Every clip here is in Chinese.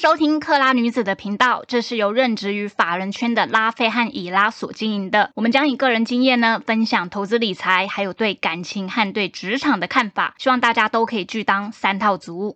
收听克拉女子的频道，这是由任职于法人圈的拉菲和以拉所经营的。我们将以个人经验呢，分享投资理财，还有对感情和对职场的看法，希望大家都可以拒当三套族。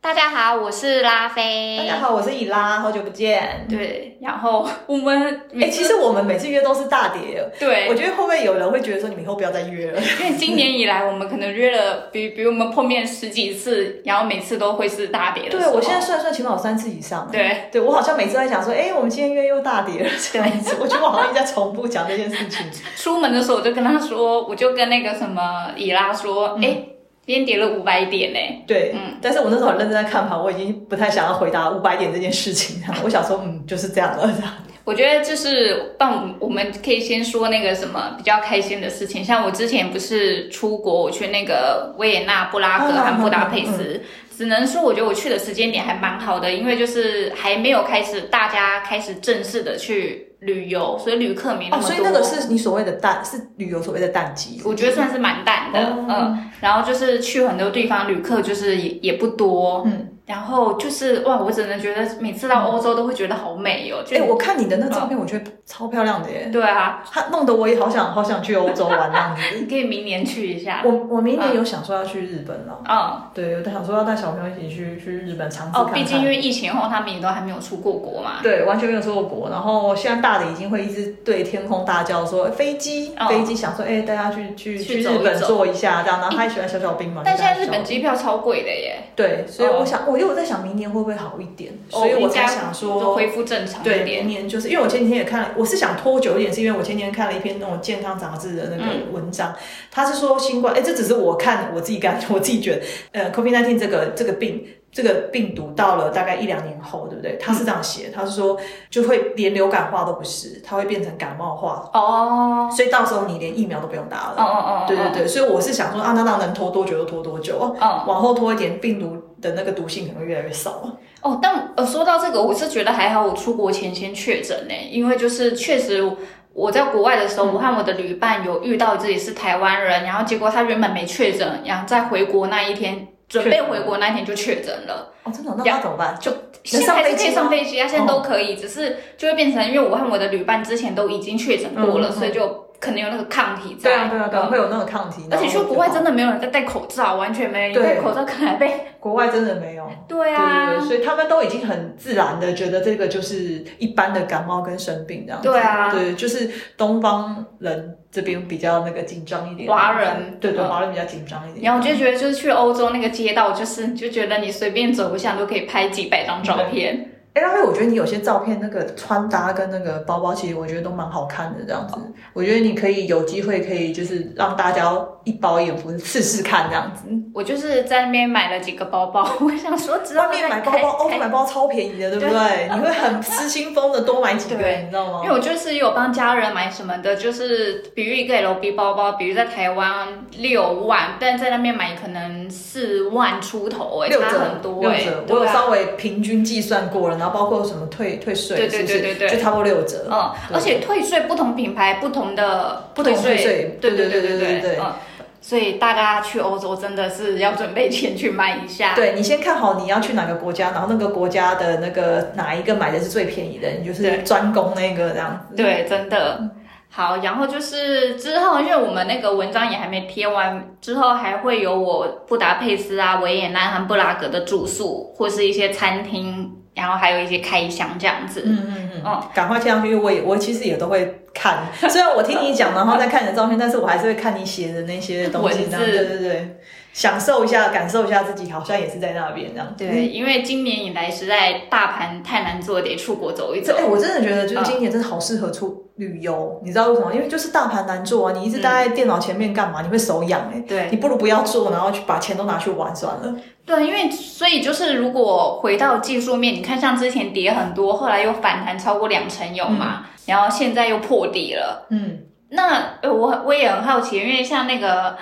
大家好，我是拉菲。大家好，我是以拉，好久不见。哎对，然后我们哎、其实我们每次约都是大跌，对我觉得会不会有人会觉得说你们以后不要再约了？因为今年以来，我们可能约了比比我们碰面十几次，然后每次都会是大跌的对，我现在算算，起码有三次以上。，对对我好像每次在讲说，哎、我们今天约又大跌了这样子，我觉得我好像一直在重复讲这件事情。出门的时候，我就跟他说，我就跟那个什么以拉说，嗯哎、今天跌了五百点嘞、对，但是我那时候很认真在看盘，我已经不太想要回答五百点这件事情了。我想说，嗯，就是这 样了。我觉得就是，但我们我们可以先说那个什么比较开心的事情，像我之前不是出国，我去那个维也纳、布拉格啊和布达佩斯，只能说我觉得我去的时间点还蛮好的，因为就是还没有开始大家开始正式的去旅游，所以旅客没那哦，么多。所以那个是你所谓的淡，是旅游所谓的淡季。我觉得算是蛮淡的，哦嗯，然后就是去很多地方，旅客就是也也不多，嗯，然后就是哇，我只能觉得每次到欧洲都会觉得嗯好美哦，就、哎、我看你的那照片，我觉得超漂亮的耶，对啊，它弄得我也好想好想去欧洲玩那样子。你可以明年去一下，我我明啊年有想说要去日本了，嗯，对，我在想说要带小朋友一起去去日本尝试看哦，看。毕竟因为疫情后他们也都还没有出过国嘛，对，完全没有出过国，然后现在大的已经会一直对天空大叫说飞机、哦飞机，想说哎、带他去去去去走一日本走坐一下这样，然后他也喜欢小小兵嘛。但就现带他在日小本机票超贵的耶，对，所以哦我想，我因为我在想明年会不会好一点，所以哦我应该才想就说。恢复正常一对，点。明年就是因为我前几天也看了，我是想拖久一点，是因为我前几天看了一篇那种健康杂志的那嗯个文章，他是说新冠，哎，这只是我看我自己感，我自己觉得，呃，COVID-19 这个这个病。这个病毒到了大概一两年后，对不对？他是这样写，他是说就会连流感化都不是，它会变成感冒化，哦，所以到时候你连疫苗都不用打了。哦哦哦，对对对，所以我是想说啊，那那能拖多久就拖多久，哦嗯往后拖一点，病毒的那个毒性可能会越来越少。哦，但呃，说到这个，我是觉得还好，我出国前先确诊呢，因为就是确实我在国外的时候，我和我的旅伴有遇到自己是台湾人，然后结果他原本没确诊，然后在回国那一天，准备确诊回国那一天就确诊了。哦，真的哦，那那怎么办？就现在能上还是飞可机吗哦以上飞机啊，现在都可以，只是就会变成，因为我和我的旅伴之前都已经确诊过了，嗯嗯所以就可能有那个抗体在。对啊对啊对啊，嗯会有那个抗体。而且去然后国外真的没有人在戴口罩，完全没人对戴口罩，可能还被哦国外真的没有。对对对啊对，，所以他们都已经很自然的觉得这个就是一般的感冒跟生病这样子。对啊对，就是东方人这边比较那个紧张一点，华人对对，嗯华人比较紧张一点。然后我就觉得就是去欧洲那个街道，就是你就觉得你随便走一下都可以拍几百张照片。哎，然后我觉得你有些照片那个穿搭跟那个包包，其实我觉得都蛮好看的这样哦子。我觉得你可以有机会可以就是让大家一饱眼福试试看这样子。我就是在那边买了几个包包，我想说只要外面买包开包，欧洲买包包超便宜的，对不 对？你会很失心疯的多买几个，对你知道吗因为？我就是有帮家人买什么的，就是比如一个 LV 包包，比如在台湾六万，但在那边买可能四万出头、哎，六差折很，多六哎、折，我对有吧？稍微平均计算过了，然后包括什么退退税，对对对是不是对对对就差不多六折。嗯，对而且退税不同品牌不同的不同退退税对对对对对对对对对嗯，所以大家去欧洲真的是要准备钱去买一下。对你先看好你要去哪个国家，然后那个国家的那个哪一个买的是最便宜的，你就对是专攻那个这样子。对，真的。好，然后就是之后，因为我们那个文章也还没贴完，之后还会有我布达佩斯啊、维也纳和布拉格的住宿，或是一些餐厅，然后还有一些开箱这样子。嗯嗯嗯哦嗯，赶快贴上去，因为我也我其实也都会 看，虽然我听你讲，然后再看你的照片，但是我还是会看你写的那些东西，文字这样对对对，享受一下，感受一下自己好像也是在那边这样。对，因为今年以来实在大盘太难做，得出国走一这走哎、。我真的觉得就是今年真的好适合出旅游，你知道为什么？因为就是大盘难做啊，你一直待在电脑前面干嘛？你会手痒哎、对你不如不要做，然后去把钱都拿去玩算了。对，因为所以就是如果回到技术面，你看像之前跌很多，后来又反弹超过两成有嘛，然后现在又破底了。嗯，那呃我我也很好奇，因为像那个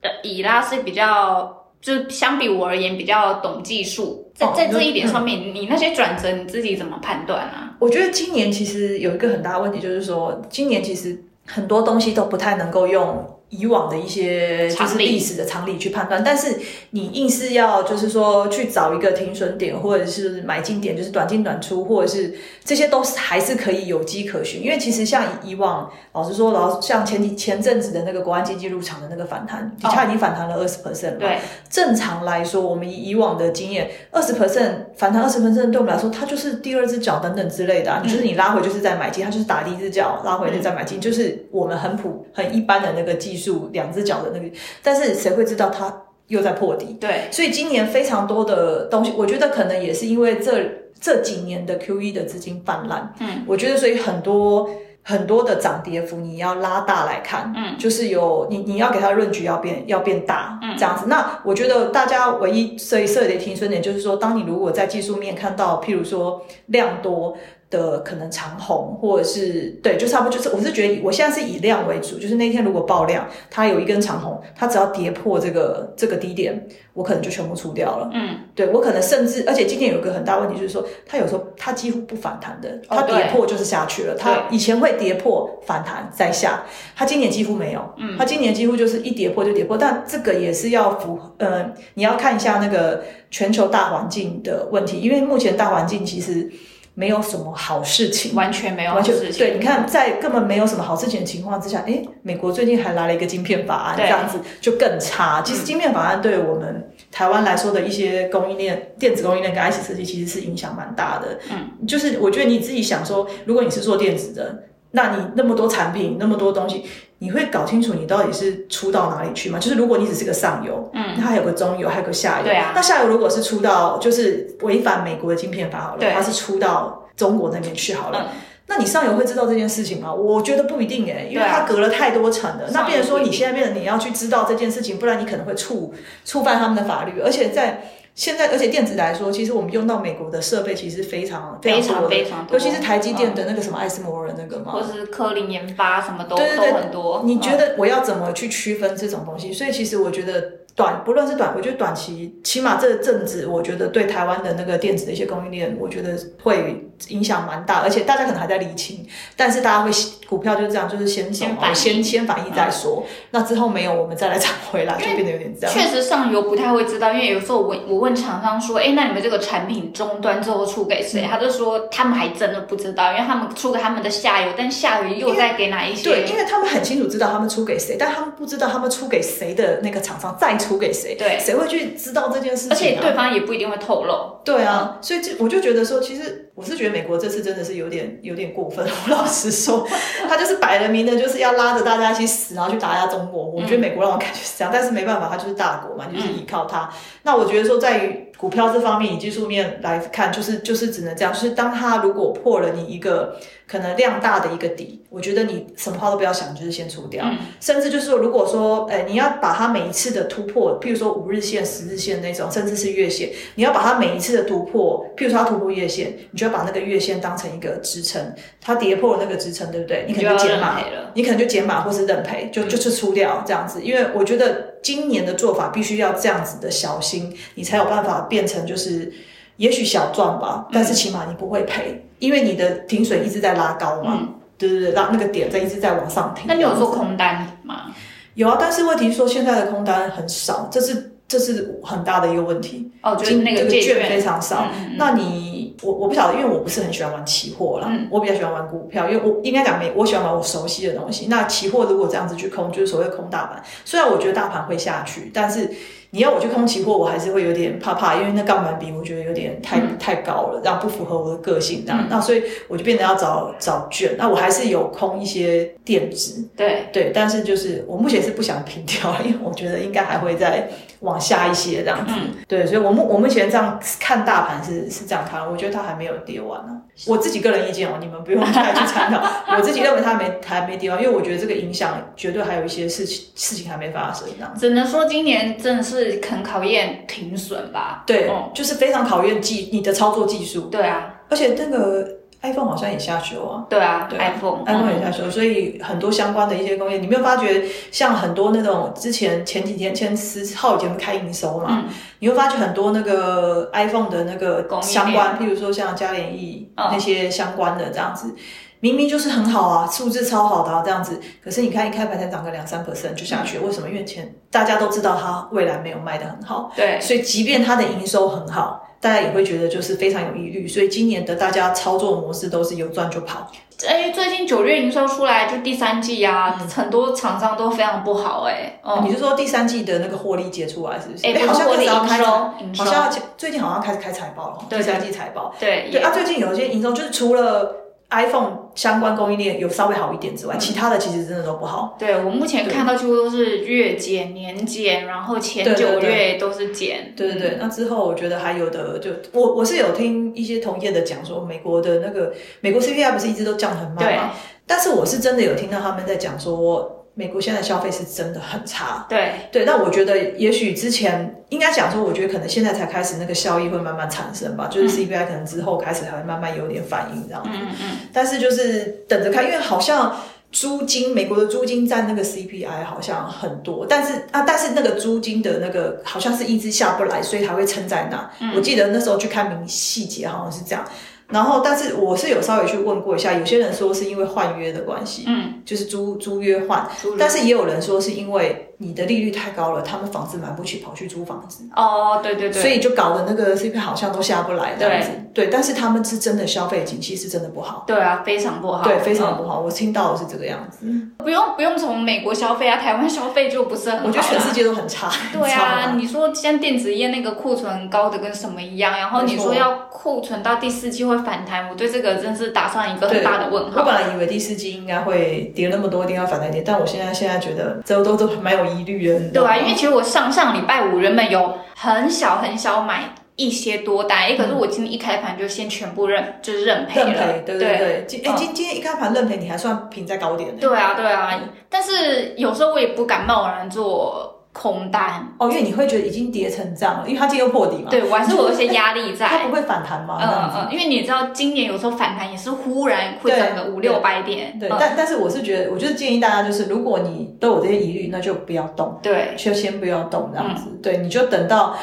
呃，以拉是比较，就是相比我而言比较懂技术，在哦在这那一点上面，你那些转折你自己怎么判断啊？我觉得今年其实有一个很大的问题，就是说今年其实很多东西都不太能够用以往的一些就常是理历史的常理去判断，但是你硬是要就是说去找一个停损点，或者是买进点，就是短进短出，或者是这些都是还是可以有迹可循。因为其实像以以往，老实说，老像前几前阵子的那个国安基金入场的那个反弹，底下已经反弹了二十 percent 了。对，正常来说，我们以以往的经验，二十 percent 反弹二十 percent 对我们来说，它就是第二只脚等等之类的、啊，你就是你拉回就是在买进，它就是打第一只脚拉回就再买进，就是我们很普很一般的那个技术，两只脚的那个，但是谁会知道它又在破底？对，所以今年非常多的东西，我觉得可能也是因为这这几年的 Q E 的资金泛滥，嗯，我觉得所以很多。很多的涨跌幅你要拉大来看，嗯，就是有你你要给它润局要变要变大，嗯，这样子。那我觉得大家唯一设设的停损点就是说，当你如果在技术面看到，譬如说量多的可能长红，或者是对，就差不多就是我是觉得以我现在是以量为主，就是那天如果爆量，它有一根长红，它只要跌破这个这个低点，我可能就全部出掉了。嗯，对我可能甚至，而且今年有一个很大问题，就是说它有时候它几乎不反弹的，哦它跌对破就是下去了。它以前会跌破反弹再下，它今年几乎没有。嗯，它今年几乎就是一跌破就跌破，但这个也是要符，呃，你要看一下那个全球大环境的问题，因为目前大环境其实没有什么好事情。完全没有完全事情。对，你看，在根本没有什么好事情的情况之下，诶，美国最近还来了一个晶片法案，这对嗯样子就更差。其实晶片法案对我们台湾来说的一些供应链、电子供应链跟 IC 设计其实是影响蛮大的。嗯，就是我觉得你自己想说，如果你是做电子的，那你那么多产品，那么多东西。你会搞清楚你到底是出到哪里去吗？就是如果你只是个上游，嗯，它还有个中游，还有个下游，对啊那下游如果是出到就是违反美国的晶片法好了，对它是出到中国那边去好了，那你上游会知道这件事情吗？我觉得不一定诶、因对为啊它隔了太多层了。那上游变成说不一你定现在变成你要去知道这件事情，不然你可能会触触犯他们的法律。而且在现在，而且电子来说，其实我们用到美国的设备其实非常非常常多的非常多嗯尤其是台积电的那个什么爱斯摩尔那个嘛，或是科林研发什么都对对对都很多。你觉嗯得我要怎么去区分这种东西？所以其实我觉得短，不论是短，我觉得短期，起码这阵子，我觉得对台湾的那个电子的一些供应链，我觉得会影响蛮大，而且大家可能还在理清，但是大家会股票就是这样，就是先走先嘛反应嗯先先反应再说，那之后没有我们再来涨回来，就变得有点这样。确实上游不太会知道，因为有时候我问我问厂商说，哎，那你们这个产品终端最后出给谁？嗯他就说他们还真的不知道，因为他们出给他们的下游，但下游又在给哪一对，些？因为他们很清楚知道他们出给谁，但他们不知道他们出给谁的那个厂商再出给谁，对谁会去知道这件事情、而啊？且对方也不一定会透露。对啊，所以这我就觉得说，其实我是觉得美国这次真的是有点有点过分。 我老实说， 他就是摆了明的，就是要拉着大家一起死，然后去打压中国。我觉得美国让我感觉是这样，但是没办法，他就是大国嘛，你就是依靠他。那我觉得说，在于股票这方面，以技术面来看，就是就是只能这样，就是当他如果破了你一个可能量大的一个底，我觉得你什么话都不要想，就是先出嗯掉。甚至就是说，如果说，呃，你要把它每一次的突破，譬如说五日线、十日线那种，甚至是月线，你要把它每一次的突破，譬如说它突破月线，你就要把那个月线当成一个支撑，它跌破了那个支撑，对不对？你可能就就要减码认赔了，你可能就减码或是认赔，嗯就就是出掉这样子。因为我觉得今年的做法必须要这样子的小心，你才有办法变成就是。也许小赚吧，嗯但是起码你不会赔，因为你的停损一直在拉高嘛，对对对，让那个点在一直在往上停。嗯那你有这样做子空单吗？有啊，但是问题是说现在的空单很少，这是这是很大的一个问题。哦，就是那这个个借券券嗯非常少。那你我我不晓得，因为我不是很喜欢玩期货啦，我比较喜欢玩股票，因为我应该讲没，我喜欢玩我熟悉的东西。那期货如果这样子去空，就是所谓空大盘。虽然我觉得大盘会下去，但是你要我去空期货，我还是会有点怕怕，因为那杠杆比我觉得有点太、太高了，这样不符合我的个性这样。那所以我就变得要找找券，那我还是有空一些电子，对，对，但是就是我目前是不想平掉， 因为我觉得应该还会再往下一些这样子。对，所以我目我目前这样看大盘是是这样看，我觉得它还没有跌完呢、我自己个人意见哦，你们不用太去参考。我自己认为它还没还没跌完，因为我觉得这个影响绝对还有一些事情事情还没发生啊这样。只能说今年真的是很考验停损吧。对，哦就是非常考验技你的操作技术，对啊，而且那个 iPhone 好像也下修啊。对啊对，iPhone， iPhone 也嗯下修，所以很多相关的一些工业，你没有发觉像很多那种之前前几天前十号以前不开营收嗯嘛，你会发觉很多那个 iPhone 的那供个应链哦相关，譬如说像嘉联益那些相关的这样子。明明就是很好啊，数字超好的啊，这样子，可是你看一开盘才涨个两三 percent 就下去，嗯为什么？因为前大家都知道它未来没有卖的很好，对，所以即便它的营收很好，大家也会觉得就是非常有疑虑，所以今年的大家操作模式都是有赚就跑。哎，最近九月营收出来就第三季啊，很多厂商都非常不好哎、哦，嗯你是说第三季的那个获利结出来是不是？哎诶不好是像获开利始要营开财，收好营收像要最近好像开始开财报了，对第三季财报。对，对啊，最近有一些营收就是除了 iPhone 相关供应链有稍微好一点之嗯外，其他的其实真的都不好。对我目前看到几乎都是月减、年减，然后前对对九对月都是减。对对对，那之后我觉得还有的就我我是有听一些同业的讲说，美国的那个美国 CPI 不是一直都降很慢嗯对吗？但是我是真的有听到他们在讲说，美国现在消费是真的很差。对对，那我觉得也许之前应该讲说，我觉得可能现在才开始那个效益会慢慢产生吧，就是 CPI 可能之后开始才会慢慢有点反应这样子。嗯嗯，但是就是等着看，因为好像租金，美国的租金占那个 CPI 好像很多，但是啊，但是那个租金的那个好像是一直下不来，所以才会撑在那。嗯我记得那时候去看明细节，好像是这样。然后，但是我是有稍微去问过一下，有些人说是因为换约的关系，嗯，就是租租约换，租约但是也有人说是因为你的利率太高了，他们房子买不起，跑去租房子。哦，对对对，所以就搞得那个 CP 好像都下不来这样子，对，但是他们是真的消费景气是真的不好。对啊，非常不好，对，非嗯常不好。我听到的是这个样子，不用不用从美国消费啊，台湾消费就不是很好我啦。觉得全世界都很差。 对啊，你知道吗，你说像电子业那个库存高的跟什么一样，然后你说没错要库存到第四季会反弹，我对这个真是打上一个很大的问我号。本来以为第四季应该会跌那么多，一定要反弹一点，但我现在现在觉得这都都蛮有疑虑的。你知对道吗啊，因为其实我上上礼拜五原本有很小很小买一些多单，哎，可是我今天一开盘就先全部认就是认赔嗯认了赔，，对对对。今哎嗯今今天一开盘认赔，你还算平在高点呢。对啊，对啊，但是有时候我也不敢贸然做空单，哦，因为你会觉得已经跌成这样了，因为它今天又破底嘛，对我还是有一些压力在。它不会反弹嘛。这样嗯子嗯，因为你知道今年有时候反弹也是忽然会涨个五对六百点，对，嗯但但是我是觉得，我就是建议大家，就是如果你都有这些疑虑，那就不要动。对就先不要动这样子，嗯对，你就等到。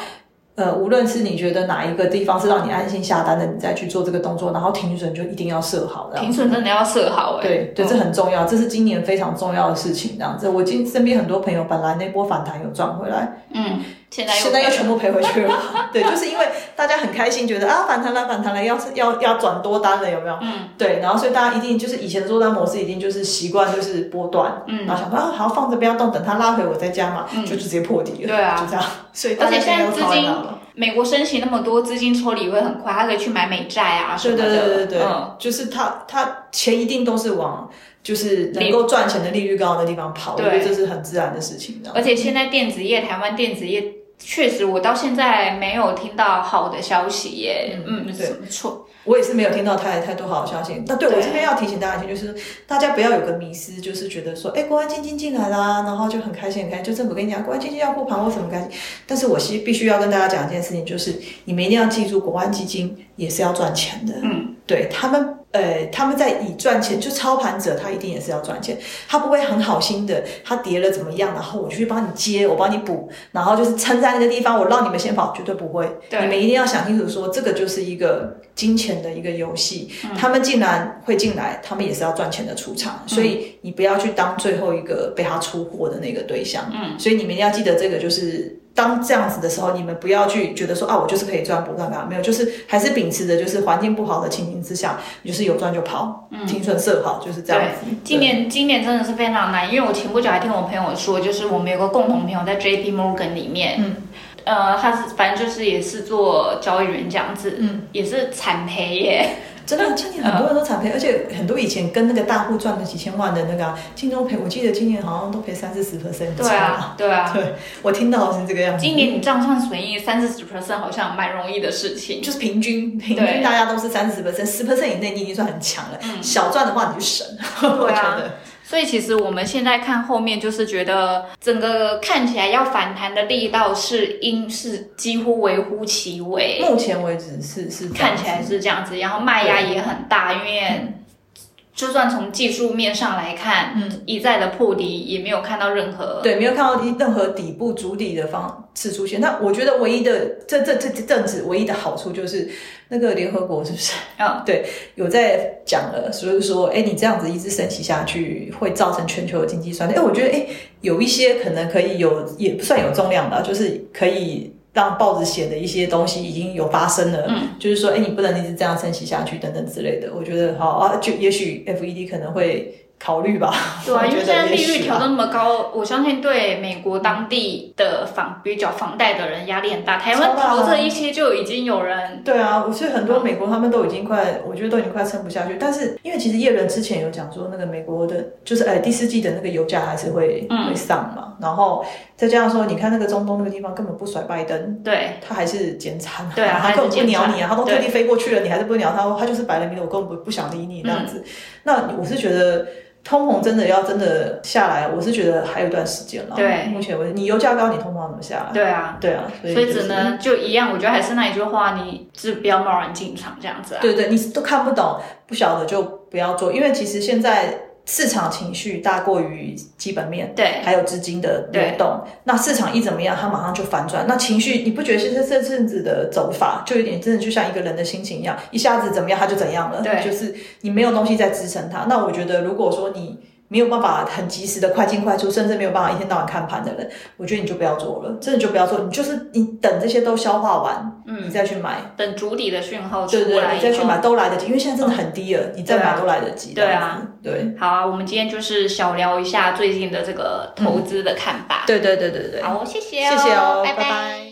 呃，无论是你觉得哪一个地方是让你安心下单的，你再去做这个动作，然后停损就一定要设好，这样停损真的要设好哎、对对，嗯这很重要，这是今年非常重要的事情。这样子，我今身边很多朋友本来那波反弹有赚回来，嗯，现在又现在又全部赔回去了。 对，就是因为大家很开心，觉得啊反弹了反弹了，要是要要转多单了，有没有？嗯，对，然后所以大家一定就是以前的做单模式，一定就是习惯就是波段，嗯然后想说啊好放着不要动，等它拉回我再加嘛，嗯就直接破底了，对啊就这样。 所以大而家且现在都资超爱金闹了，美国升息那么多，资金抽离会很快，他可以去买美债啊什对么对的，对对对，嗯，就是它它钱一定都是往就是能够赚钱的利率高的地方跑，我对觉得这是很自然的事情，这样而且现在电子业，台湾电子业确实我到现在没有听到好的消息耶，嗯嗯，对什么错，我也是没有听到太太多好的消息。那对对我这边要提醒大家一句，就是大家不要有个迷失，就是觉得说，哎，国安基金进来啦，然后就很开心很开心，就政府跟你讲国安基金要护盘，为什么很开心？但是我其实必须要跟大家讲一件事情，就是你们一定要记住，国安基金也是要赚钱的。嗯，对他们，呃，他们在以赚钱，就操盘者他一定也是要赚钱，他不会很好心的，他跌了怎么样，然后我就去帮你接，我帮你补，然后就是撑在那个地方，我让你们先跑，绝对不会。对你们一定要想清楚说这个就是一个金钱的一个游戏，嗯他们既然会进来，他们也是要赚钱的出场，所以你不要去当最后一个被他出货的那个对象。嗯，所以你们一定要记得这个就是。当这样子的时候，你们不要去觉得说啊，我就是可以赚不赚啊，没有，就是还是秉持着就是环境不好的情形之下，你就是有赚就跑，嗯停损设好，就是这样子。今年今年真的是非常难，因为我前不久还听我朋友说，就是我们有个共同朋友在 J P Morgan 里面，嗯，呃，他是反正就是也是做交易员这样子，嗯，也是惨赔耶，真的，今年很多人都惨赔，而且很多以前跟那个大户赚了几千万的那个、啊，今年都赔，我记得今年好像都赔三四十 percent 对啊，对啊，对，我听到的是这个样子。今年你账上损益三四十 percent 好像蛮容易的事情，就是平均，平对嗯均大家都是三十 percent，十 percent 以内你已经算很强了。小赚的话你就省，我对啊觉得。所以其实我们现在看后面，就是觉得整个看起来要反弹的力道是因是几乎微乎其微，目前为止是是这样看子起来是这样子，然后卖压也很大，因为就算从技术面上来看，嗯，一再的破底也没有看到任何对，没有看到任何底部主底的方式出现。那我觉得唯一的这这这这阵子唯一的好处就是那个联合国是不是？嗯对，有在讲了，所以说，哎，你这样子一直升息下去，会造成全球的经济衰退。哎，我觉得，哎，有一些可能可以有，也不算有重量吧，就是可以让报纸写的一些东西已经有发生了，嗯，就是说，哎，你不能一直这样升息下去，等等之类的。我觉得，好啊，就也许 FED 可能会考虑吧。对啊，我因为觉现在得也利率许调啊。得那么高，我相信对美国当地的房比较房贷的人压力很大。台湾超大啊投这一些就已经有人对啊，我所以很多美国他们都已经快，我觉得都已经快撑不下去。但是因为其实叶伦之前有讲说，那个美国的，就是哎第四季的那个油价还是会、嗯会上嘛，然后再加上说，你看那个中东那个地方根本不甩拜登，对他还是减产、对啊 他根本还不是减鸟产你啊，他都对特地飞过去了，你还是不鸟他，他就是摆了明了，我根本不不想理嗯你这样子。那我是觉得。通膨真的要真的下来，我是觉得还有一段时间了。对目前为止，你油价高，你通膨怎么下来？对啊，对啊，所以,、所以只能就一样。我觉得还是那一句话，你治标贸然进场这样子啊。对对，你都看不懂，不晓得就不要做，因为其实现在市场情绪大过于基本面。对还有资金的流对动，那市场一怎么样，它马上就反转。那情绪，你不觉得现在这阵子的走法，就有点真的就像一个人的心情一样，一下子怎么样，它就怎样了。对就是你没有东西在支撑它。那我觉得，如果说你没有办法很及时的快进快出，甚至没有办法一天到晚看盘的人，我觉得你就不要做了，真的就不要做。你就是你等这些都消化完，你嗯，再去买。等主底的讯号出对对，来你再以去后。买都来得哦及，因为现在真的很低了，你再对啊买都来得及。对啊这样子，对，好啊，我们今天就是小聊一下最近的这个投资的看法。对对对对对。好，谢谢、谢谢哦拜拜拜